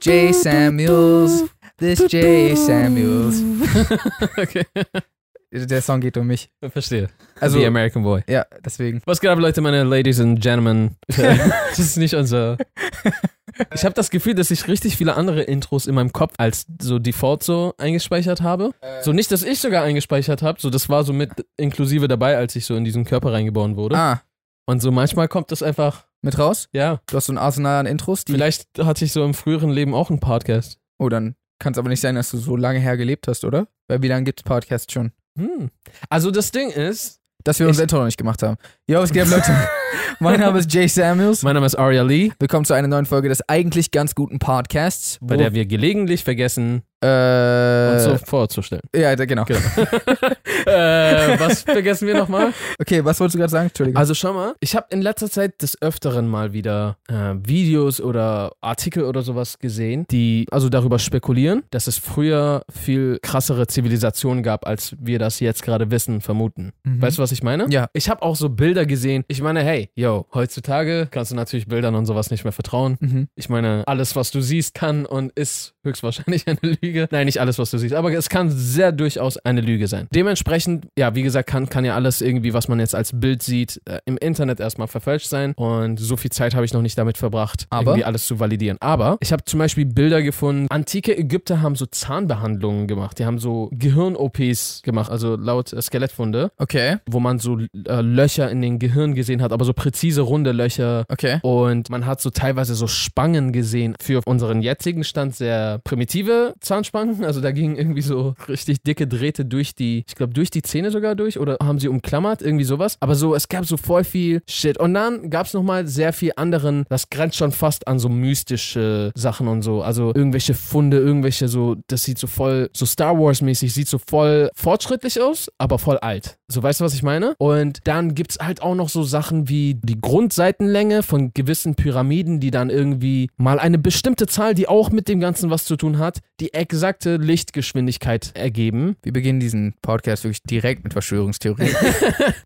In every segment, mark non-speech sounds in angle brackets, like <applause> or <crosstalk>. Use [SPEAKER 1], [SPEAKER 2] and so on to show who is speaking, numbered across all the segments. [SPEAKER 1] Jay Samuels. This Jay <laughs> Samuels.
[SPEAKER 2] Okay,
[SPEAKER 1] Der Song geht um mich.
[SPEAKER 2] verstehe. Also,
[SPEAKER 1] Also,
[SPEAKER 2] The American Boy.
[SPEAKER 1] ja, deswegen.
[SPEAKER 2] Was geht ab, Leute, meine Ladies and
[SPEAKER 1] <laughs>
[SPEAKER 2] Gentlemen? <laughs> das ist nicht unser. Ich habe das Gefühl, dass ich richtig viele andere Intros in meinem Kopf als so Default so eingespeichert habe.
[SPEAKER 1] Äh.
[SPEAKER 2] So nicht, dass ich sogar eingespeichert habe, so das war so mit inklusive dabei, als ich so in diesen Körper reingeboren wurde.
[SPEAKER 1] Ah,
[SPEAKER 2] Und so manchmal kommt das einfach,
[SPEAKER 1] mit raus?
[SPEAKER 2] ja,
[SPEAKER 1] Du hast so ein Arsenal an Intros, die.
[SPEAKER 2] vielleicht hatte ich so im früheren Leben auch einen Podcast.
[SPEAKER 1] Oh, dann kann es aber nicht sein, dass du so lange her gelebt hast, oder? Weil wie lange gibt's Podcasts schon?
[SPEAKER 2] Hm. Also das Ding ist,
[SPEAKER 1] Dass wir
[SPEAKER 2] Ich-
[SPEAKER 1] unser Intro noch nicht gemacht haben. Yo, was geht
[SPEAKER 2] <laughs>
[SPEAKER 1] ab, Leute? mein Name ist Jay Samuels.
[SPEAKER 2] mein Name ist Aria Lee,
[SPEAKER 1] Willkommen zu einer neuen Folge des eigentlich ganz guten Podcasts.
[SPEAKER 2] bei
[SPEAKER 1] wo-
[SPEAKER 2] der wir gelegentlich vergessen, uns
[SPEAKER 1] äh,
[SPEAKER 2] so vorzustellen.
[SPEAKER 1] Ja, da- genau.
[SPEAKER 2] Genau. äh, was vergessen wir
[SPEAKER 1] <laughs>
[SPEAKER 2] nochmal?
[SPEAKER 1] Okay, was wolltest du gerade sagen? Entschuldigung.
[SPEAKER 2] Also schau mal, ich habe in letzter Zeit des Öfteren mal wieder äh, Videos oder Artikel oder sowas gesehen, die also darüber spekulieren, dass es früher viel krassere Zivilisationen gab, als wir das jetzt gerade wissen, vermuten.
[SPEAKER 1] Mhm.
[SPEAKER 2] Weißt du, was ich meine?
[SPEAKER 1] Ja.
[SPEAKER 2] Ich habe auch so Bilder gesehen. Ich meine, hey, yo, heutzutage kannst du natürlich Bildern und sowas nicht mehr vertrauen.
[SPEAKER 1] Mhm.
[SPEAKER 2] Ich meine, alles, was du siehst, kann und ist höchstwahrscheinlich <laughs> eine Lüge. Nein, nicht alles, was du siehst, aber es kann sehr durchaus eine Lüge sein. Dementsprechend, ja, wie gesagt, kann, kann ja alles irgendwie, was man jetzt als Bild sieht, äh, im Internet erstmal verfälscht sein. Und so viel Zeit habe ich noch nicht damit verbracht,
[SPEAKER 1] Aber?
[SPEAKER 2] irgendwie alles zu validieren. Aber ich habe zum Beispiel Bilder gefunden, antike Ägypter haben so Zahnbehandlungen gemacht. Die haben so Gehirn-OPs gemacht, also laut äh, Skelettfunde,
[SPEAKER 1] Okay,
[SPEAKER 2] wo man so äh, Löcher in den Gehirn gesehen hat, aber so präzise, runde Löcher.
[SPEAKER 1] okay.
[SPEAKER 2] Und man hat so teilweise so Spangen gesehen. Für unseren jetzigen Stand sehr primitive Zahnspangen. <laughs> Also da gingen irgendwie so richtig dicke Drähte durch die, ich glaube, durch die Zähne sogar durch oder haben sie umklammert, irgendwie sowas. Aber so, es gab so voll viel Shit. Und dann gab es nochmal sehr viel anderen, das grenzt schon fast an so mystische Sachen und so. Also irgendwelche Funde, irgendwelche so, das sieht so voll, so Star Wars-mäßig, sieht so voll fortschrittlich aus, aber voll alt. So, weißt du, was ich meine? Und dann gibt es halt auch noch so Sachen wie die Grundseitenlänge von gewissen Pyramiden, die dann irgendwie mal eine bestimmte Zahl, die auch mit dem Ganzen was zu tun hat, die exakte Lichtgeschwindigkeit ergeben.
[SPEAKER 1] Wir beginnen diesen Podcast wirklich direkt
[SPEAKER 2] <laughs>
[SPEAKER 1] mit Verschwörungstheorien.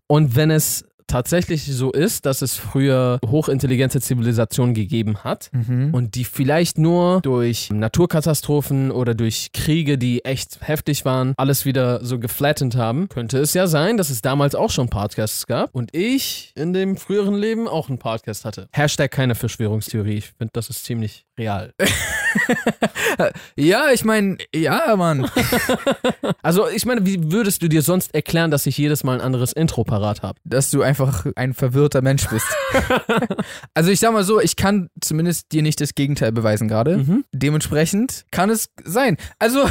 [SPEAKER 2] Und wenn es tatsächlich so ist, dass es früher hochintelligente Zivilisationen gegeben hat,
[SPEAKER 1] mhm.
[SPEAKER 2] und die vielleicht nur durch Naturkatastrophen oder durch Kriege, die echt heftig waren, alles wieder so geflattend haben, könnte es ja sein, dass es damals auch schon Podcasts gab und ich in dem früheren Leben auch einen Podcast hatte. Hashtag keine Verschwörungstheorie. Ich finde, das ist ziemlich real. <laughs>
[SPEAKER 1] Ja, ich meine, ja, Mann.
[SPEAKER 2] Also ich meine, wie würdest du dir sonst erklären, dass ich jedes Mal ein anderes Intro parat habe?
[SPEAKER 1] Dass du einfach ein verwirrter Mensch bist. also ich sag mal so, ich kann zumindest dir nicht das Gegenteil beweisen gerade.
[SPEAKER 2] Mhm.
[SPEAKER 1] Dementsprechend kann es sein. Also,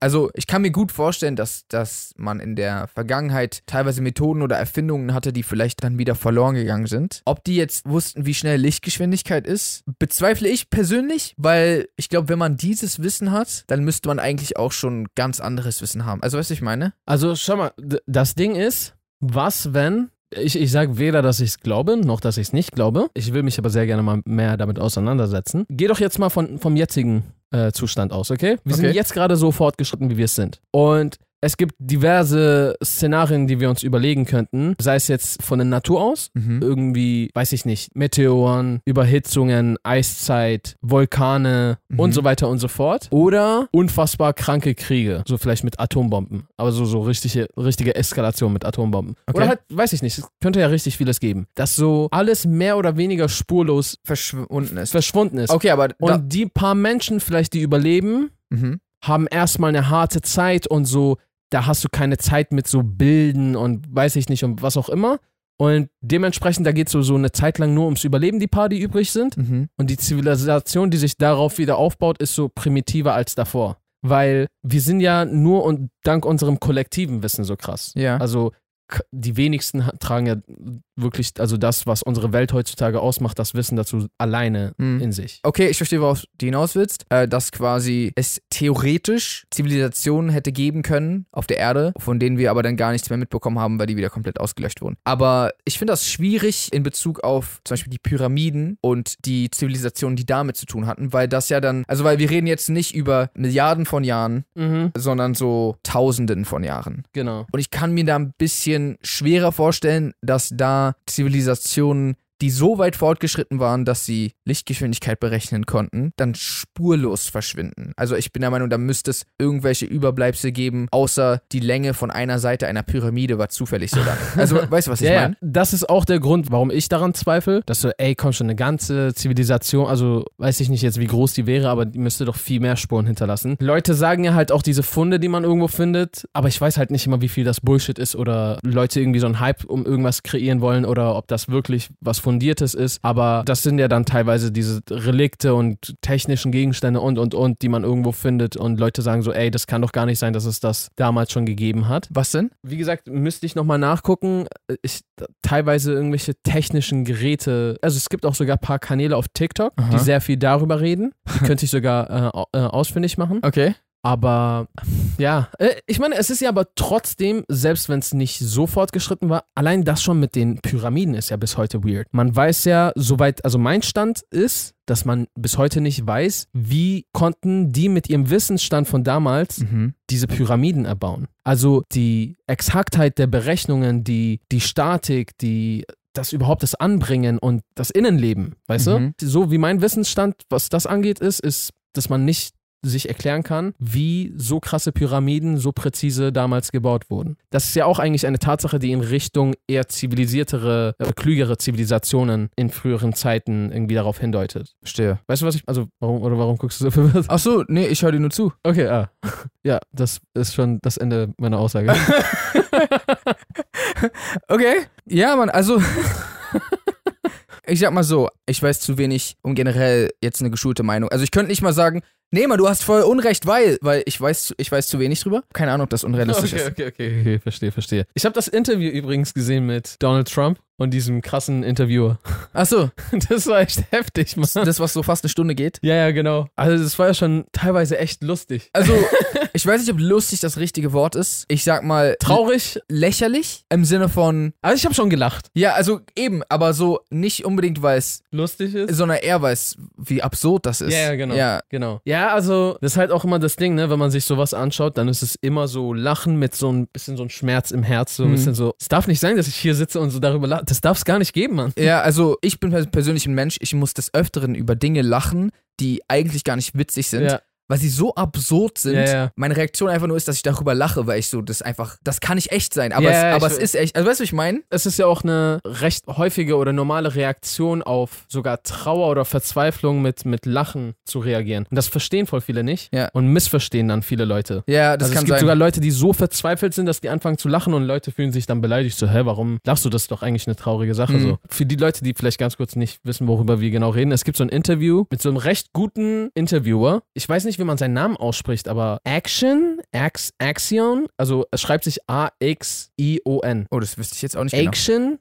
[SPEAKER 1] also ich kann mir gut vorstellen, dass, dass man in der Vergangenheit teilweise Methoden oder Erfindungen hatte, die vielleicht dann wieder verloren gegangen sind. Ob die jetzt wussten, wie schnell Lichtgeschwindigkeit ist, bezweifle ich persönlich, weil ich glaube, wenn man dieses Wissen hat, dann müsste man eigentlich auch schon ganz anderes Wissen haben. Also, weißt du, was ich meine?
[SPEAKER 2] Also schau mal, d- das Ding ist, was wenn... Ich, ich sage weder, dass ich es glaube, noch dass ich es nicht glaube. Ich will mich aber sehr gerne mal mehr damit auseinandersetzen. Geh doch jetzt mal von, vom jetzigen äh, Zustand aus, okay? Wir sind
[SPEAKER 1] Okay.
[SPEAKER 2] jetzt gerade so fortgeschritten, wie wir es sind. Und es gibt diverse Szenarien, die wir uns überlegen könnten. Sei es jetzt von der Natur aus, irgendwie, weiß ich nicht, Meteoren, Überhitzungen, Eiszeit, Vulkane
[SPEAKER 1] Mhm.
[SPEAKER 2] und so weiter und so fort. Oder unfassbar kranke Kriege, so vielleicht mit Atombomben. Aber so, so richtige, richtige Eskalation mit Atombomben.
[SPEAKER 1] Okay.
[SPEAKER 2] Oder halt, weiß ich nicht, es könnte ja richtig vieles geben. Dass so alles mehr oder weniger spurlos
[SPEAKER 1] Verschwunden ist.
[SPEAKER 2] verschwunden ist.
[SPEAKER 1] Okay, aber.
[SPEAKER 2] Und
[SPEAKER 1] da,
[SPEAKER 2] die paar Menschen vielleicht, die überleben,
[SPEAKER 1] mhm.
[SPEAKER 2] haben erstmal eine harte Zeit und so, da hast du keine Zeit mit so Bilden und weiß ich nicht und was auch immer. Und dementsprechend, da geht so, so eine Zeit lang nur ums Überleben, die paar, die übrig sind.
[SPEAKER 1] Mhm.
[SPEAKER 2] Und die Zivilisation, die sich darauf wieder aufbaut, ist so primitiver als davor. Weil wir sind ja nur und dank unserem kollektiven Wissen so krass.
[SPEAKER 1] Ja.
[SPEAKER 2] Also k- die wenigsten ha- tragen ja wirklich, also das, was unsere Welt heutzutage ausmacht, das Wissen dazu alleine
[SPEAKER 1] Mhm.
[SPEAKER 2] in sich.
[SPEAKER 1] Okay, ich verstehe, worauf du hinaus willst. Äh, dass quasi es theoretisch Zivilisationen hätte geben können auf der Erde, von denen wir aber dann gar nichts mehr mitbekommen haben, weil die wieder komplett ausgelöscht wurden. Aber ich finde das schwierig in Bezug auf zum Beispiel die Pyramiden und die Zivilisationen, die damit zu tun hatten, weil das ja dann, also weil wir reden jetzt nicht über Milliarden von Jahren,
[SPEAKER 2] Mhm,
[SPEAKER 1] sondern so Tausenden von Jahren.
[SPEAKER 2] genau.
[SPEAKER 1] Und ich kann mir da ein bisschen schwerer vorstellen, dass da Zivilisationen die so weit fortgeschritten waren, dass sie Lichtgeschwindigkeit berechnen konnten, dann spurlos verschwinden. Also ich bin der Meinung, da müsste es irgendwelche Überbleibsel geben, außer die Länge von einer Seite einer Pyramide war zufällig so lang. Also weißt du, was ich
[SPEAKER 2] ja, ja,
[SPEAKER 1] meine?
[SPEAKER 2] das ist auch der Grund, warum ich daran zweifle, dass so, ey, komm schon, eine ganze Zivilisation, also weiß ich nicht jetzt, wie groß die wäre, aber die müsste doch viel mehr Spuren hinterlassen. Leute sagen ja halt auch diese Funde, die man irgendwo findet, aber ich weiß halt nicht immer, wie viel das Bullshit ist oder Leute irgendwie so einen Hype um irgendwas kreieren wollen oder ob das wirklich was Fundiertes ist, aber das sind ja dann teilweise diese Relikte und technischen Gegenstände und, und, und, die man irgendwo findet und Leute sagen so, ey, das kann doch gar nicht sein, dass es das damals schon gegeben hat
[SPEAKER 1] Was denn?
[SPEAKER 2] wie gesagt, müsste ich nochmal nachgucken. Ich, teilweise irgendwelche technischen Geräte. Also es gibt auch sogar ein paar Kanäle auf TikTok,
[SPEAKER 1] Aha.
[SPEAKER 2] die sehr viel darüber reden. Die könnte ich sogar äh, au- äh, ausfindig machen.
[SPEAKER 1] Okay.
[SPEAKER 2] Aber ja, äh, ich meine, es ist ja aber trotzdem, selbst wenn es nicht so fortgeschritten war, allein das schon mit den Pyramiden ist ja bis heute weird. Man weiß ja, soweit, also mein Stand ist, dass man bis heute nicht weiß, wie konnten die mit ihrem Wissensstand von damals
[SPEAKER 1] Mhm.
[SPEAKER 2] diese Pyramiden erbauen. Also die Exaktheit der Berechnungen, die, die Statik, die das überhaupt das Anbringen und das Innenleben, weißt
[SPEAKER 1] Mhm.
[SPEAKER 2] du? So wie mein Wissensstand, was das angeht, ist, ist, dass man nicht sich erklären kann, wie so krasse Pyramiden so präzise damals gebaut wurden. Das ist ja auch eigentlich eine Tatsache, die in Richtung eher zivilisiertere, äh, klügere Zivilisationen in früheren Zeiten irgendwie darauf hindeutet.
[SPEAKER 1] Verstehe.
[SPEAKER 2] Weißt du, was ich, also warum, oder warum guckst du so verwirrt?
[SPEAKER 1] Ach so, nee, ich höre dir nur zu.
[SPEAKER 2] Okay, ah. <laughs> Ja, das ist schon das Ende meiner <laughs> Aussage.
[SPEAKER 1] Okay. Ja, Mann, also. <laughs> ich sag mal so, ich weiß zu wenig, um generell jetzt eine geschulte Meinung. Also ich könnte nicht mal sagen, nee, Mann, du hast voll Unrecht, weil, weil ich weiß, zu- ich weiß zu wenig drüber. Keine Ahnung, ob das unrealistisch
[SPEAKER 2] okay,
[SPEAKER 1] ist.
[SPEAKER 2] okay, okay, okay, verstehe, verstehe. Ich habe das Interview übrigens gesehen mit Donald Trump und diesem krassen Interviewer. <laughs>
[SPEAKER 1] Ach so,
[SPEAKER 2] Das war echt heftig, Mann.
[SPEAKER 1] das, was so fast eine Stunde geht.
[SPEAKER 2] Ja, ja, genau. Also das war ja schon teilweise echt lustig. <laughs>
[SPEAKER 1] Also, ich weiß nicht, ob lustig das richtige Wort ist. Ich sag mal
[SPEAKER 2] Traurig,
[SPEAKER 1] lächerlich im Sinne von,
[SPEAKER 2] also ich habe schon gelacht.
[SPEAKER 1] ja, also eben, aber so nicht unbedingt, weil es,
[SPEAKER 2] Lustig ist.
[SPEAKER 1] sondern er weiß, wie absurd das ist.
[SPEAKER 2] Ja, ja, genau.
[SPEAKER 1] Ja,
[SPEAKER 2] Genau. Ja, also das ist halt auch immer das Ding, ne? Wenn man sich sowas anschaut, dann ist es immer so Lachen mit so ein bisschen so ein Schmerz im Herz, so ein
[SPEAKER 1] Mhm.
[SPEAKER 2] bisschen so. Es darf nicht sein, dass ich hier sitze und so darüber lache. Das darf es gar nicht geben, Mann.
[SPEAKER 1] Ja, also ich bin pers- persönlich ein Mensch, ich muss des Öfteren über Dinge lachen, die eigentlich gar nicht witzig sind,
[SPEAKER 2] Ja.
[SPEAKER 1] weil sie so absurd sind.
[SPEAKER 2] Ja, ja.
[SPEAKER 1] Meine Reaktion einfach nur ist, dass ich darüber lache, weil ich so, das einfach, das kann nicht echt sein, aber,
[SPEAKER 2] Ja, ja,
[SPEAKER 1] es, aber
[SPEAKER 2] ich-
[SPEAKER 1] es ist echt. Also weißt du, was ich meine?
[SPEAKER 2] es ist ja auch eine recht häufige oder normale Reaktion auf sogar Trauer oder Verzweiflung mit, mit Lachen zu reagieren. Und das verstehen voll viele nicht
[SPEAKER 1] Ja.
[SPEAKER 2] und missverstehen dann viele Leute.
[SPEAKER 1] Ja, das
[SPEAKER 2] also es
[SPEAKER 1] kann
[SPEAKER 2] gibt
[SPEAKER 1] sein.
[SPEAKER 2] sogar Leute, die so verzweifelt sind, dass die anfangen zu lachen und Leute fühlen sich dann beleidigt. So, hä, warum lachst du? Das ist doch eigentlich eine traurige Sache.
[SPEAKER 1] Mhm.
[SPEAKER 2] So. Für die Leute, die vielleicht ganz kurz nicht wissen, worüber wir genau reden, es gibt so ein Interview mit so einem recht guten Interviewer. Ich weiß nicht, wie man seinen Namen ausspricht, aber Action, Ax, Axion, also es schreibt sich A-X-I-O-N.
[SPEAKER 1] oh, das wüsste ich jetzt auch nicht genau.
[SPEAKER 2] Action,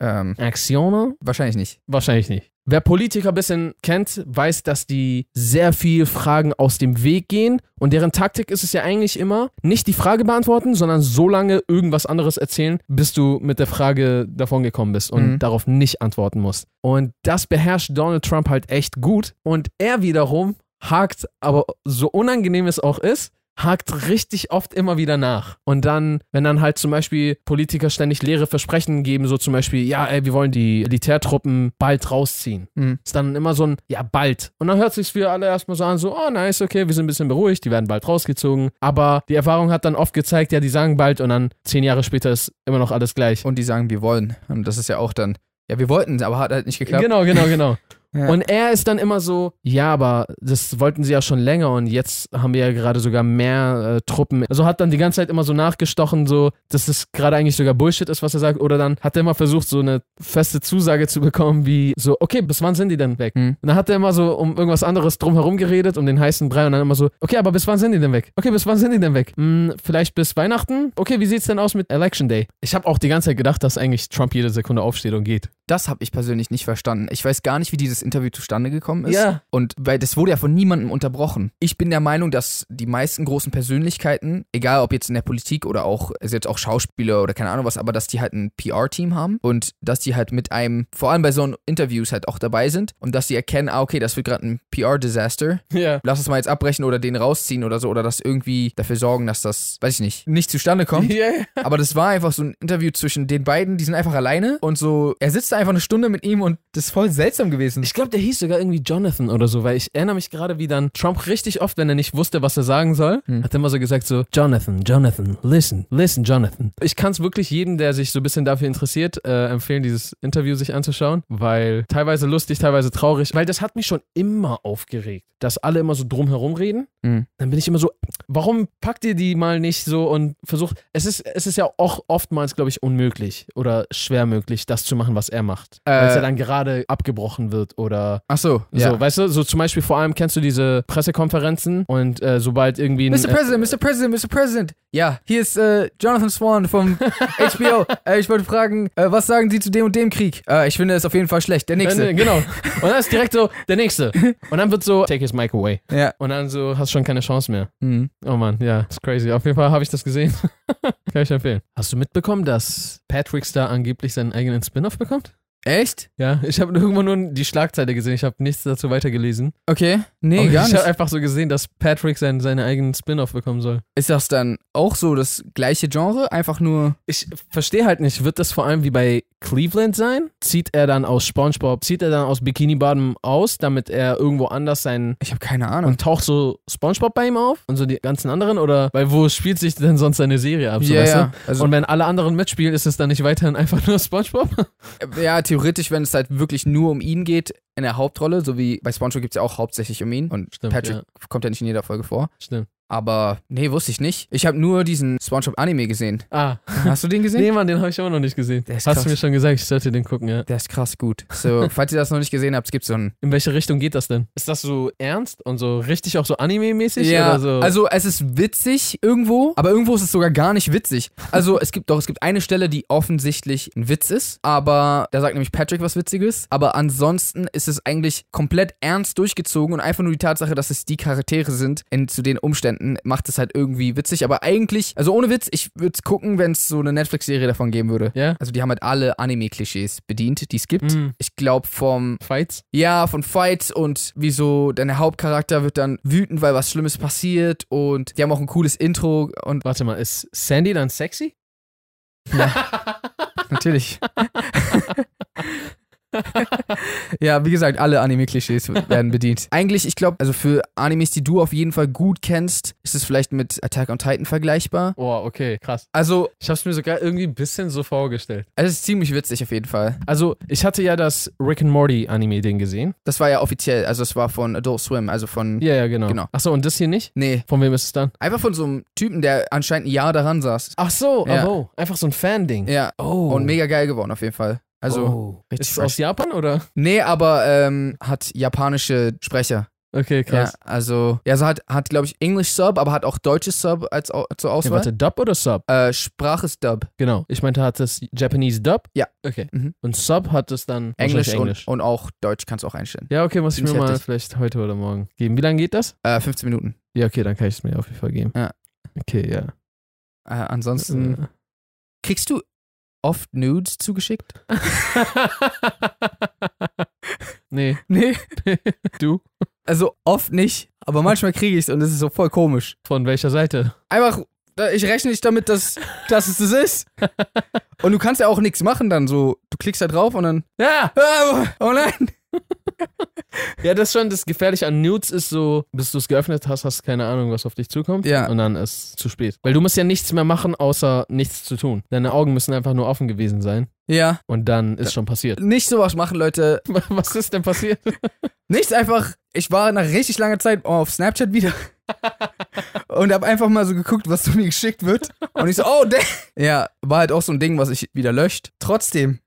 [SPEAKER 1] Ähm,
[SPEAKER 2] Axione?
[SPEAKER 1] wahrscheinlich nicht.
[SPEAKER 2] Wahrscheinlich nicht. Wer Politiker ein bisschen kennt, weiß, dass die sehr viel Fragen aus dem Weg gehen und deren Taktik ist es ja eigentlich immer, nicht die Frage beantworten, sondern so lange irgendwas anderes erzählen, bis du mit der Frage davon gekommen bist und
[SPEAKER 1] Mhm.
[SPEAKER 2] darauf nicht antworten musst. Und das beherrscht Donald Trump halt echt gut und er wiederum hakt, aber so unangenehm es auch ist, hakt richtig oft immer wieder nach. Und dann, wenn dann halt zum Beispiel Politiker ständig leere Versprechen geben, so zum Beispiel, ja, ey, wir wollen die Militärtruppen bald rausziehen.
[SPEAKER 1] Hm.
[SPEAKER 2] Ist dann immer so ein, ja, bald. Und dann hört sich für alle erstmal so an, so, oh, nice, okay, wir sind ein bisschen beruhigt, die werden bald rausgezogen. Aber die Erfahrung hat dann oft gezeigt, ja, die sagen bald und dann zehn Jahre später ist immer noch alles gleich.
[SPEAKER 1] Und die sagen, wir wollen. Und das ist ja auch dann, ja, wir wollten, aber hat halt nicht geklappt.
[SPEAKER 2] Genau, genau, genau.
[SPEAKER 1] <laughs> Ja.
[SPEAKER 2] Und er ist dann immer so, ja, aber das wollten sie ja schon länger und jetzt haben wir ja gerade sogar mehr äh, Truppen. Also hat dann die ganze Zeit immer so nachgestochen, so, dass das gerade eigentlich sogar Bullshit ist, was er sagt. Oder dann hat er immer versucht, so eine feste Zusage zu bekommen, wie so, okay, bis wann sind die denn weg?
[SPEAKER 1] Hm.
[SPEAKER 2] Und dann hat er immer so um irgendwas anderes drumherum geredet, um den heißen Brei und dann immer so, okay, aber bis wann sind die denn weg? Okay, bis wann sind die denn weg? Hm, vielleicht bis Weihnachten? Okay, wie sieht's denn aus mit Election Day? Ich habe auch die ganze Zeit gedacht, dass eigentlich Trump jede Sekunde aufsteht und geht.
[SPEAKER 1] Das habe ich persönlich nicht verstanden. Ich weiß gar nicht, wie dieses Interview zustande gekommen ist.
[SPEAKER 2] Ja.
[SPEAKER 1] Und weil das wurde ja von niemandem unterbrochen. Ich bin der Meinung, dass die meisten großen Persönlichkeiten, egal ob jetzt in der Politik oder auch, also jetzt auch Schauspieler oder keine Ahnung was, aber dass die halt ein PR-Team haben und dass die halt mit einem, vor allem bei so Interviews halt auch dabei sind und dass die erkennen, ah, okay, das wird gerade ein PR-Desaster.
[SPEAKER 2] <laughs> Ja.
[SPEAKER 1] Lass es mal jetzt abbrechen oder den rausziehen oder so oder das irgendwie dafür sorgen, dass das, weiß ich nicht, nicht zustande <laughs> kommt.
[SPEAKER 2] Ja, ja.
[SPEAKER 1] Aber das war einfach so ein Interview zwischen den beiden, die sind einfach alleine und so, er sitzt da einfach eine Stunde mit ihm und das ist voll seltsam gewesen.
[SPEAKER 2] Ich glaube, der hieß sogar irgendwie Jonathan oder so, weil ich erinnere mich gerade, wie dann Trump richtig oft, wenn er nicht wusste, was er sagen soll, hat er immer so gesagt so, Jonathan, Jonathan, listen, listen, Jonathan. Ich kann es wirklich jedem, der sich so ein bisschen dafür interessiert, äh, empfehlen, dieses Interview sich anzuschauen, weil teilweise lustig, teilweise traurig, weil das hat mich schon immer aufgeregt, dass alle immer so drumherum reden
[SPEAKER 1] Mhm.
[SPEAKER 2] dann bin ich immer so, warum packt ihr die mal nicht so und versucht, es ist, es ist ja auch oftmals, glaube ich, unmöglich oder schwer möglich, das zu machen, was er macht. Weil es
[SPEAKER 1] Äh.
[SPEAKER 2] ja dann gerade abgebrochen wird oder
[SPEAKER 1] Ach so,
[SPEAKER 2] so, weißt du, so zum Beispiel vor allem kennst du diese Pressekonferenzen und äh, sobald irgendwie ein,
[SPEAKER 1] Mr. President, Mr. President, Mr. President. Ja, hier ist äh, Jonathan Swan vom
[SPEAKER 2] <laughs>
[SPEAKER 1] HBO. äh, ich wollte fragen, äh, was sagen Sie zu dem und dem Krieg? Äh, ich finde es auf jeden Fall schlecht. Der
[SPEAKER 2] äh, äh,
[SPEAKER 1] nächste. <laughs>
[SPEAKER 2] genau. Und dann ist direkt so, der nächste. Und dann wird so, take his mic away.
[SPEAKER 1] Ja.
[SPEAKER 2] Und dann so, hast schon keine Chance mehr.
[SPEAKER 1] Mhm.
[SPEAKER 2] Oh Mann, ja, ist crazy. Auf jeden Fall habe ich das gesehen. <laughs> Kann ich empfehlen. Hast du mitbekommen, dass Patrick Star angeblich seinen eigenen Spin-off bekommt?
[SPEAKER 1] Echt?
[SPEAKER 2] Ja, ich habe irgendwann nur die Schlagzeile gesehen. Ich habe nichts dazu weitergelesen.
[SPEAKER 1] Okay. Nee,
[SPEAKER 2] Aber
[SPEAKER 1] gar
[SPEAKER 2] ich habe
[SPEAKER 1] nicht.
[SPEAKER 2] einfach so gesehen, dass Patrick sein, seine eigenen Spin-off bekommen soll.
[SPEAKER 1] Ist das dann auch so das gleiche Genre? Einfach nur.
[SPEAKER 2] Ich verstehe halt nicht, wird das vor allem wie bei Cleveland sein? Zieht er dann aus SpongeBob, zieht er dann aus Bikini Bottom aus, damit er irgendwo anders sein
[SPEAKER 1] Ich habe keine Ahnung.
[SPEAKER 2] und taucht so SpongeBob bei ihm auf und so die ganzen anderen oder weil wo spielt sich denn sonst seine Serie ab? So,
[SPEAKER 1] ja,
[SPEAKER 2] weißt du?
[SPEAKER 1] ja. Also,
[SPEAKER 2] und wenn alle anderen mitspielen, ist es dann nicht weiterhin einfach nur SpongeBob?
[SPEAKER 1] äh, ja, theoretisch, wenn es halt wirklich nur um ihn geht in der Hauptrolle, so wie bei SpongeBob gibt es ja auch hauptsächlich um ihn. Und
[SPEAKER 2] Stimmt,
[SPEAKER 1] Patrick kommt ja nicht in jeder Folge vor.
[SPEAKER 2] <laughs> Stimmt.
[SPEAKER 1] Aber nee, wusste ich nicht. Ich habe nur diesen SpongeBob-Anime
[SPEAKER 2] <laughs>
[SPEAKER 1] gesehen.
[SPEAKER 2] Ah,
[SPEAKER 1] Hast du den gesehen?
[SPEAKER 2] nee, Mann, den habe ich immer noch nicht gesehen.
[SPEAKER 1] Der ist
[SPEAKER 2] Hast
[SPEAKER 1] krass.
[SPEAKER 2] du mir schon gesagt, ich sollte den gucken, ja.
[SPEAKER 1] Der ist krass gut. So, falls ihr das noch nicht gesehen habt, es gibt so einen.
[SPEAKER 2] In welche Richtung geht das denn? Ist das so ernst und so richtig auch so Anime-mäßig? oder so?
[SPEAKER 1] also es ist witzig irgendwo, aber irgendwo ist es sogar gar nicht witzig. Also es gibt doch, es gibt eine Stelle, die offensichtlich ein Witz ist, aber da sagt nämlich Patrick was Witziges. Aber ansonsten ist es eigentlich komplett ernst durchgezogen und einfach nur die Tatsache, dass es die Charaktere sind, in, zu den Umständen macht es halt irgendwie witzig. Aber eigentlich, also ohne Witz, ich würde es gucken, wenn es so eine Netflix-Serie davon geben würde.
[SPEAKER 2] ja?
[SPEAKER 1] Also die haben halt alle Anime-Klischees bedient, die es gibt.
[SPEAKER 2] Mhm.
[SPEAKER 1] Ich glaube vom
[SPEAKER 2] Fights?
[SPEAKER 1] Ja, von Fights und wieso denn der Hauptcharakter wird dann wütend, weil was Schlimmes passiert und die haben auch ein cooles Intro
[SPEAKER 2] <laughs>
[SPEAKER 1] und
[SPEAKER 2] Warte mal, ist Sandy dann sexy?
[SPEAKER 1] natürlich. ja, wie gesagt, alle Anime-Klischees werden bedient. Eigentlich, ich glaube, also für Animes, die du auf jeden Fall gut kennst, ist es vielleicht mit Attack on Titan vergleichbar.
[SPEAKER 2] Oh, okay, krass.
[SPEAKER 1] Also,
[SPEAKER 2] Ich hab's mir sogar irgendwie ein bisschen so vorgestellt.
[SPEAKER 1] es ist ziemlich witzig auf jeden Fall.
[SPEAKER 2] Also, ich hatte ja das Rick and Morty-Anime-Ding gesehen.
[SPEAKER 1] Das war ja offiziell, also es war von Adult Swim, also von.
[SPEAKER 2] Ja, ja, genau.
[SPEAKER 1] Genau.
[SPEAKER 2] Achso, und das hier nicht?
[SPEAKER 1] Nee,
[SPEAKER 2] Von wem ist es dann?
[SPEAKER 1] einfach von so einem Typen, der anscheinend ein Jahr daran saß.
[SPEAKER 2] Ach so,
[SPEAKER 1] Ja.
[SPEAKER 2] oh, einfach so ein Fan-Ding.
[SPEAKER 1] Ja.
[SPEAKER 2] Oh.
[SPEAKER 1] Und mega geil geworden auf jeden Fall. Also.
[SPEAKER 2] oh.
[SPEAKER 1] richtig
[SPEAKER 2] Ist es aus Japan oder?
[SPEAKER 1] Nee, aber ähm, hat japanische Sprecher.
[SPEAKER 2] Okay, krass.
[SPEAKER 1] Ja, also, ja, so hat, hat glaube ich, English Sub, aber hat auch deutsches Sub als au zur
[SPEAKER 2] Okay,
[SPEAKER 1] Auswahl.
[SPEAKER 2] warte, Dub oder Sub?
[SPEAKER 1] äh, Sprache ist Dub.
[SPEAKER 2] Genau. Ich meinte, hat das Japanese Dub?
[SPEAKER 1] Ja.
[SPEAKER 2] Okay.
[SPEAKER 1] Mhm.
[SPEAKER 2] Und Sub hat es dann
[SPEAKER 1] Englisch,
[SPEAKER 2] wahrscheinlich Englisch.
[SPEAKER 1] Und, und auch Deutsch kannst du auch einstellen.
[SPEAKER 2] Ja, okay, muss ich
[SPEAKER 1] Ziemlich
[SPEAKER 2] mir mal
[SPEAKER 1] heftig.
[SPEAKER 2] vielleicht heute oder morgen geben. Wie lange geht das?
[SPEAKER 1] Äh, 15 Minuten.
[SPEAKER 2] Ja, okay, dann kann ich es mir auf jeden Fall geben.
[SPEAKER 1] Ja.
[SPEAKER 2] Okay, ja.
[SPEAKER 1] Äh, ansonsten. Kriegst du oft Nudes zugeschickt?
[SPEAKER 2] <laughs> <laughs> nee.
[SPEAKER 1] Nee.
[SPEAKER 2] Du?
[SPEAKER 1] Also oft nicht, aber manchmal kriege ich es und es ist so voll komisch.
[SPEAKER 2] Von welcher Seite?
[SPEAKER 1] Einfach, äh, ich rechne nicht damit, dass, dass es das ist.
[SPEAKER 2] <laughs>
[SPEAKER 1] Und du kannst ja auch nichts machen dann so. Du klickst da drauf und dann. <laughs>
[SPEAKER 2] Ja!
[SPEAKER 1] Ah, Oh nein!
[SPEAKER 2] Ja, das ist schon das Gefährliche an Nudes ist so, bis du es geöffnet hast, hast du keine Ahnung, was auf dich zukommt.
[SPEAKER 1] Ja.
[SPEAKER 2] Und dann ist es zu spät. Weil du musst ja nichts mehr machen, außer nichts zu tun. Deine Augen müssen einfach nur offen gewesen sein.
[SPEAKER 1] Ja.
[SPEAKER 2] Und dann ist schon passiert. <laughs>
[SPEAKER 1] nicht sowas machen, Leute.
[SPEAKER 2] Was ist denn passiert?
[SPEAKER 1] Nichts einfach. Ich war nach richtig langer Zeit oh, auf Snapchat wieder und habe einfach mal so geguckt, was so mir geschickt wird. Und ich so, oh, dang. Ja, war halt auch so ein Ding, was ich wieder löscht. Trotzdem.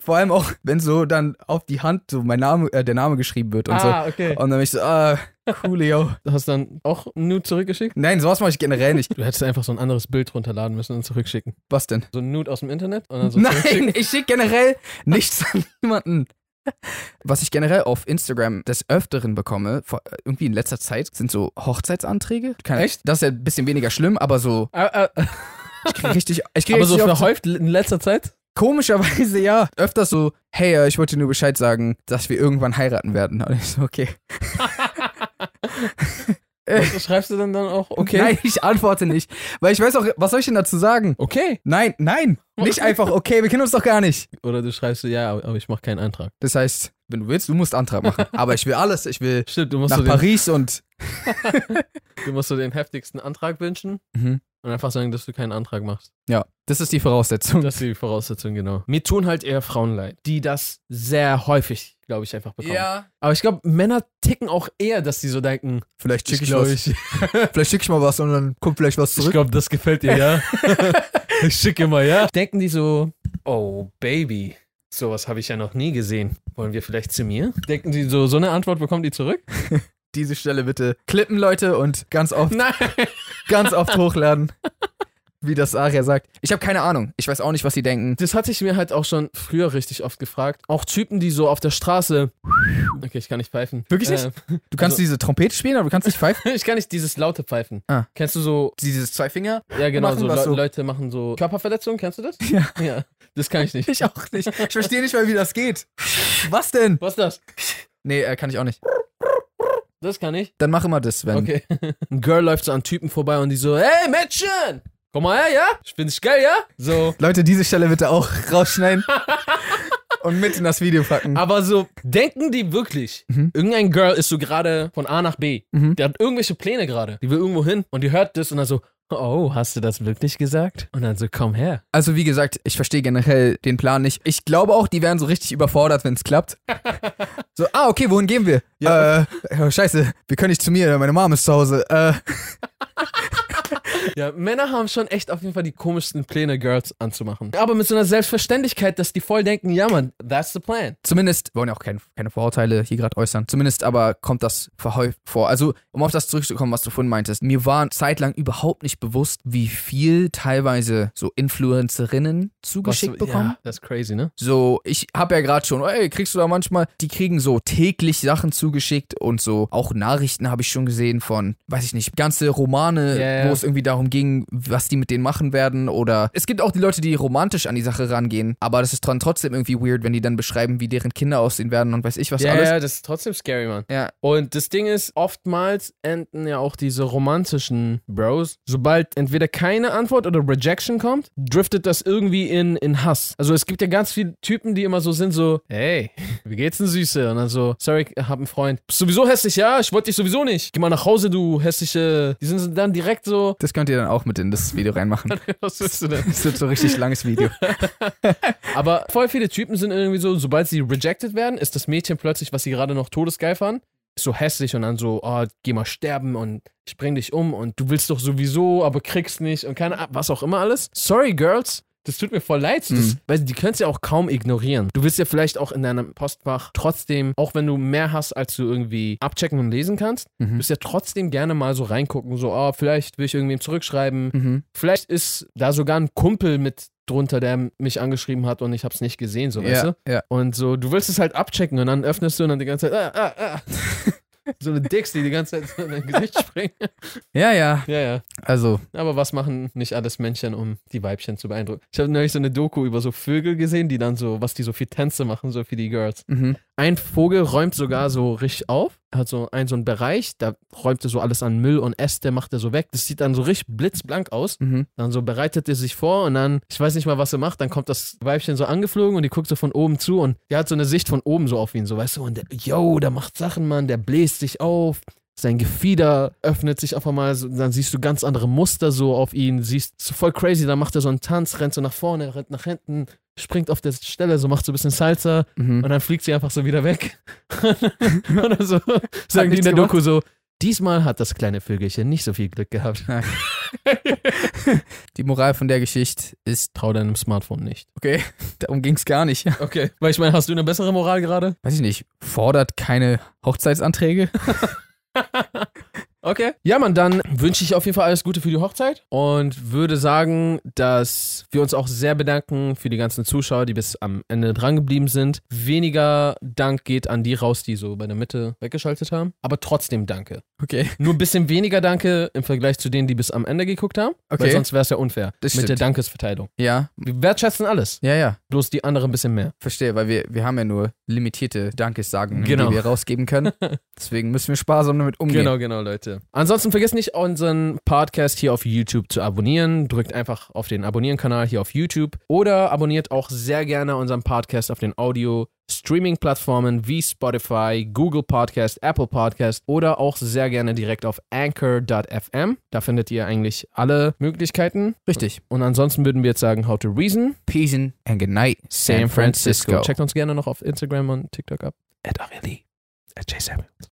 [SPEAKER 1] Vor allem auch, wenn so dann auf die Hand so mein Name, äh, der Name geschrieben wird und
[SPEAKER 2] okay.
[SPEAKER 1] so. Oh. Und dann bin ich so, ah, coolio.
[SPEAKER 2] Du hast dann auch ein Nude zurückgeschickt?
[SPEAKER 1] Nein, sowas mache ich generell nicht.
[SPEAKER 2] Du hättest einfach so ein anderes Bild runterladen müssen und zurückschicken.
[SPEAKER 1] Was denn?
[SPEAKER 2] Also So ein Nude aus dem Internet und dann so zurückschicken.
[SPEAKER 1] Nein, ich schicke generell nichts an niemanden. Was ich generell auf Instagram des Öfteren bekomme, vor- äh, irgendwie in letzter Zeit, sind so Hochzeitsanträge. Keine-
[SPEAKER 2] Echt?
[SPEAKER 1] Das ist ja ein bisschen weniger schlimm, aber so,
[SPEAKER 2] Ä- äh, <laughs>
[SPEAKER 1] ich krieg richtig, Ah, ich krieg
[SPEAKER 2] aber so
[SPEAKER 1] richtig oft-
[SPEAKER 2] verhäuft in letzter Zeit?
[SPEAKER 1] komischerweise ja, öfters so, hey, äh, ich wollte dir nur Bescheid sagen, dass wir irgendwann heiraten werden. Und ich so, okay.
[SPEAKER 2] Was schreibst du denn dann auch? Okay.
[SPEAKER 1] Äh. Nein, ich antworte nicht. Weil ich weiß auch, was soll ich denn dazu sagen?
[SPEAKER 2] Okay.
[SPEAKER 1] Nein, nein, nicht einfach, okay, wir kennen uns doch gar nicht.
[SPEAKER 2] Oder du schreibst so, ja, aber ich mache keinen Antrag.
[SPEAKER 1] Das heißt, wenn du willst, du musst Antrag machen. Aber ich will alles, ich will
[SPEAKER 2] Stimmt, du musst, so
[SPEAKER 1] nach
[SPEAKER 2] den,
[SPEAKER 1] Paris und
[SPEAKER 2] du musst so den heftigsten Antrag wünschen
[SPEAKER 1] Mhm.
[SPEAKER 2] und einfach sagen, dass du keinen Antrag
[SPEAKER 1] <laughs>
[SPEAKER 2] machst.
[SPEAKER 1] ja, das ist die Voraussetzung.
[SPEAKER 2] Das ist die Voraussetzung, genau. Mir tun halt eher Frauen leid, die das sehr häufig, glaube ich, einfach bekommen. Aber ich glaube, Männer ticken auch eher, dass die so denken,
[SPEAKER 1] Vielleicht schicke ich,
[SPEAKER 2] glaub,
[SPEAKER 1] was. Vielleicht schicke ich mal was und dann kommt vielleicht was
[SPEAKER 2] Ich
[SPEAKER 1] zurück.
[SPEAKER 2] glaube, das gefällt dir, <laughs> ja. ich schicke mal, ja. Denken die so, oh Baby, sowas habe ich ja noch nie gesehen. Wollen wir vielleicht zu mir? Denken die so, so eine Antwort bekommen die zurück?
[SPEAKER 1] Diese Stelle bitte klippen, Leute, und ganz oft,
[SPEAKER 2] Nein.
[SPEAKER 1] ganz oft <laughs> hochladen. Wie das Aria sagt. Ich habe keine Ahnung. Ich weiß auch nicht, was sie denken.
[SPEAKER 2] Das hatte ich mir halt auch schon früher richtig oft gefragt. Auch Typen, die so auf der Straße. Okay, ich kann nicht pfeifen.
[SPEAKER 1] Wirklich nicht? Du kannst
[SPEAKER 2] Also-
[SPEAKER 1] diese Trompete spielen, aber du kannst nicht pfeifen.
[SPEAKER 2] Äh, <laughs> ich kann nicht dieses laute Pfeifen.
[SPEAKER 1] Ah.
[SPEAKER 2] Kennst du so.
[SPEAKER 1] <laughs> Dieses Zweifinger?
[SPEAKER 2] Ja, genau,
[SPEAKER 1] Machen
[SPEAKER 2] so, Leu-
[SPEAKER 1] was so.
[SPEAKER 2] Leute machen so Körperverletzungen, kennst du das?
[SPEAKER 1] Ja.
[SPEAKER 2] Ja. Das kann ich nicht.
[SPEAKER 1] Ich auch nicht. Ich verstehe nicht mal, wie das geht. Was denn?
[SPEAKER 2] Was ist das?
[SPEAKER 1] Nee, äh, kann ich auch nicht.
[SPEAKER 2] Das kann ich.
[SPEAKER 1] Dann mach immer das, wenn.
[SPEAKER 2] Okay.
[SPEAKER 1] <laughs>
[SPEAKER 2] Ein Girl läuft so an Typen vorbei und die so, hey Mädchen! Komm mal her, ja? Ich bin dich geil, ja? So.
[SPEAKER 1] Leute, diese Stelle bitte auch rausschneiden <laughs> und mit in das Video packen.
[SPEAKER 2] Aber so, denken die wirklich,
[SPEAKER 1] Mhm.
[SPEAKER 2] irgendein Girl ist so gerade von A nach B.
[SPEAKER 1] Mhm.
[SPEAKER 2] Der hat irgendwelche Pläne gerade. Die will irgendwo hin und die hört das und dann so, oh, hast du das wirklich gesagt? Und dann so, komm her.
[SPEAKER 1] Also wie gesagt, ich verstehe generell den Plan nicht. Ich glaube auch, die werden so richtig überfordert, wenn es klappt.
[SPEAKER 2] <laughs>
[SPEAKER 1] So, ah, okay, wohin gehen wir?
[SPEAKER 2] Ja.
[SPEAKER 1] Äh, oh, scheiße, wir können nicht zu mir, meine Mom ist zu Hause. Äh,
[SPEAKER 2] Ja, Männer haben schon echt auf jeden Fall die komischsten Pläne, Girls anzumachen. Aber mit so einer Selbstverständlichkeit, dass die voll denken, ja Mann, that's the plan.
[SPEAKER 1] zumindest, wir wollen ja auch kein, keine Vorurteile hier gerade äußern, zumindest aber kommt das verhäuft vor. Also, um auf das zurückzukommen, was du vorhin meintest, mir war zeitlang überhaupt nicht bewusst, wie viel teilweise so Influencerinnen zugeschickt
[SPEAKER 2] Was-
[SPEAKER 1] bekommen.
[SPEAKER 2] Ja, that's crazy, ne?
[SPEAKER 1] So, ich habe ja gerade schon, ey, kriegst du da manchmal, die kriegen so täglich Sachen zugeschickt und so auch Nachrichten habe ich schon gesehen von, weiß ich nicht, ganze Romane,
[SPEAKER 2] Ja, ja.
[SPEAKER 1] wo es irgendwie darum ging, was die mit denen machen werden oder es gibt auch die Leute, die romantisch an die Sache rangehen, aber das ist dann trotzdem irgendwie weird, wenn die dann beschreiben, wie deren Kinder aussehen werden und weiß ich was
[SPEAKER 2] Ja,
[SPEAKER 1] alles.
[SPEAKER 2] ja, das ist trotzdem scary, Mann.
[SPEAKER 1] Ja.
[SPEAKER 2] Und das Ding ist, oftmals enden ja auch diese romantischen Bros. Sobald entweder keine Antwort oder Rejection kommt, driftet das irgendwie in, in Hass. Also es gibt ja ganz viele Typen, die immer so sind, so, hey, <laughs> wie geht's denn Süße? Und dann so, sorry, ich hab einen Freund. Bist sowieso hässlich, ja? Ich wollte dich sowieso nicht. Geh mal nach Hause, du hässliche. Die sind so dann direkt so,
[SPEAKER 1] Das könnt ihr dann auch mit in das Video reinmachen.
[SPEAKER 2] <laughs> was willst du denn?
[SPEAKER 1] Das wird so ein richtig
[SPEAKER 2] <laughs>
[SPEAKER 1] langes Video.
[SPEAKER 2] Aber voll viele Typen sind irgendwie so, sobald sie rejected werden, ist das Mädchen plötzlich, was sie gerade noch todesgeil fanden, ist so hässlich und dann so, oh, geh mal sterben und ich bring dich um und du willst doch sowieso, aber kriegst nicht und keine Ahnung, was auch immer alles. Sorry, Girls. Das tut mir voll leid. Das,
[SPEAKER 1] Mhm.
[SPEAKER 2] Weil die können es ja auch kaum ignorieren. Du wirst ja vielleicht auch in deinem Postfach trotzdem, auch wenn du mehr hast, als du irgendwie abchecken und lesen kannst,
[SPEAKER 1] Mhm.
[SPEAKER 2] wirst ja trotzdem gerne mal so reingucken, so, oh, vielleicht will ich irgendwem zurückschreiben,
[SPEAKER 1] Mhm.
[SPEAKER 2] Vielleicht ist da sogar ein Kumpel mit drunter, der mich angeschrieben hat und ich hab's nicht gesehen, so weißt
[SPEAKER 1] Ja,
[SPEAKER 2] du?
[SPEAKER 1] ja.
[SPEAKER 2] Und so, du willst es halt abchecken und dann öffnest du und dann die ganze Zeit, ah, ah, ah. so eine Dicks, die die ganze Zeit so in dein Gesicht <laughs> springt.
[SPEAKER 1] ja, ja.
[SPEAKER 2] Ja, ja.
[SPEAKER 1] Also,
[SPEAKER 2] Aber was machen nicht alles Männchen, um die Weibchen zu beeindrucken? Ich habe neulich so eine Doku über so Vögel gesehen, die dann so, was die so viel Tänze machen, so für die Girls.
[SPEAKER 1] mhm.
[SPEAKER 2] Ein Vogel räumt sogar so richtig auf, hat so einen so einen Bereich, da räumt er so alles an Müll und Äste, macht er so weg. Das sieht dann so richtig blitzblank aus.
[SPEAKER 1] Mhm.
[SPEAKER 2] Dann so bereitet er sich vor und dann, ich weiß nicht mal, was er macht, dann kommt das Weibchen so angeflogen und die guckt so von oben zu und der hat so eine Sicht von oben so auf ihn, so weißt du, und der, yo, der macht Sachen, Mann, der bläst sich auf, sein Gefieder öffnet sich auf einmal, so, dann siehst du ganz andere Muster so auf ihn, siehst, so voll crazy, dann macht er so einen Tanz, rennt so nach vorne, rennt nach hinten, springt auf der Stelle, so macht so ein bisschen Salsa
[SPEAKER 1] Mhm.
[SPEAKER 2] und dann fliegt sie einfach so wieder weg. <laughs> Oder so, sagen die in
[SPEAKER 1] nichts
[SPEAKER 2] der
[SPEAKER 1] gemacht?
[SPEAKER 2] Doku so, diesmal hat das kleine Vögelchen nicht so viel Glück gehabt.
[SPEAKER 1] Die Moral von der Geschichte ist,
[SPEAKER 2] Trau deinem Smartphone nicht.
[SPEAKER 1] okay, darum ging's gar nicht.
[SPEAKER 2] Okay. Weil ich meine, hast du eine bessere Moral gerade?
[SPEAKER 1] weiß ich nicht, fordert keine Hochzeitsanträge.
[SPEAKER 2] Okay. Ja, Mann, dann wünsche ich auf jeden Fall alles Gute für die Hochzeit und würde sagen, dass wir uns auch sehr bedanken für die ganzen Zuschauer, die bis am Ende dran geblieben sind. Weniger Dank geht an die raus, die so bei der Mitte weggeschaltet haben, aber trotzdem danke.
[SPEAKER 1] <laughs> Okay.
[SPEAKER 2] Nur ein bisschen weniger danke im Vergleich zu denen, die bis am Ende geguckt haben, weil
[SPEAKER 1] Okay.
[SPEAKER 2] sonst wäre es ja unfair
[SPEAKER 1] Das
[SPEAKER 2] mit der
[SPEAKER 1] stimmt.
[SPEAKER 2] Dankesverteilung.
[SPEAKER 1] Ja,
[SPEAKER 2] Wir wertschätzen alles,
[SPEAKER 1] ja, ja.
[SPEAKER 2] bloß die anderen ein bisschen mehr.
[SPEAKER 1] Verstehe, weil wir, wir haben ja nur limitierte Dankessagungen,
[SPEAKER 2] Genau.
[SPEAKER 1] die wir rausgeben
[SPEAKER 2] <laughs>
[SPEAKER 1] können. Deswegen müssen wir sparsam damit umgehen.
[SPEAKER 2] Genau, genau, Leute. Ansonsten vergesst nicht, unseren Podcast hier auf YouTube zu abonnieren. Drückt einfach auf den Abonnieren-Kanal hier auf YouTube oder abonniert auch sehr gerne unseren Podcast auf den Audio-Streaming-Plattformen wie Spotify, Google Podcast, Apple Podcast oder auch sehr gerne direkt auf anchor.fm. Da findet ihr eigentlich alle Möglichkeiten.
[SPEAKER 1] Richtig.
[SPEAKER 2] Und ansonsten würden wir jetzt sagen, how to reason.
[SPEAKER 1] Peace and good night,
[SPEAKER 2] Checkt uns gerne noch auf Instagram und TikTok ab. At Aurelie. At J. Samuels.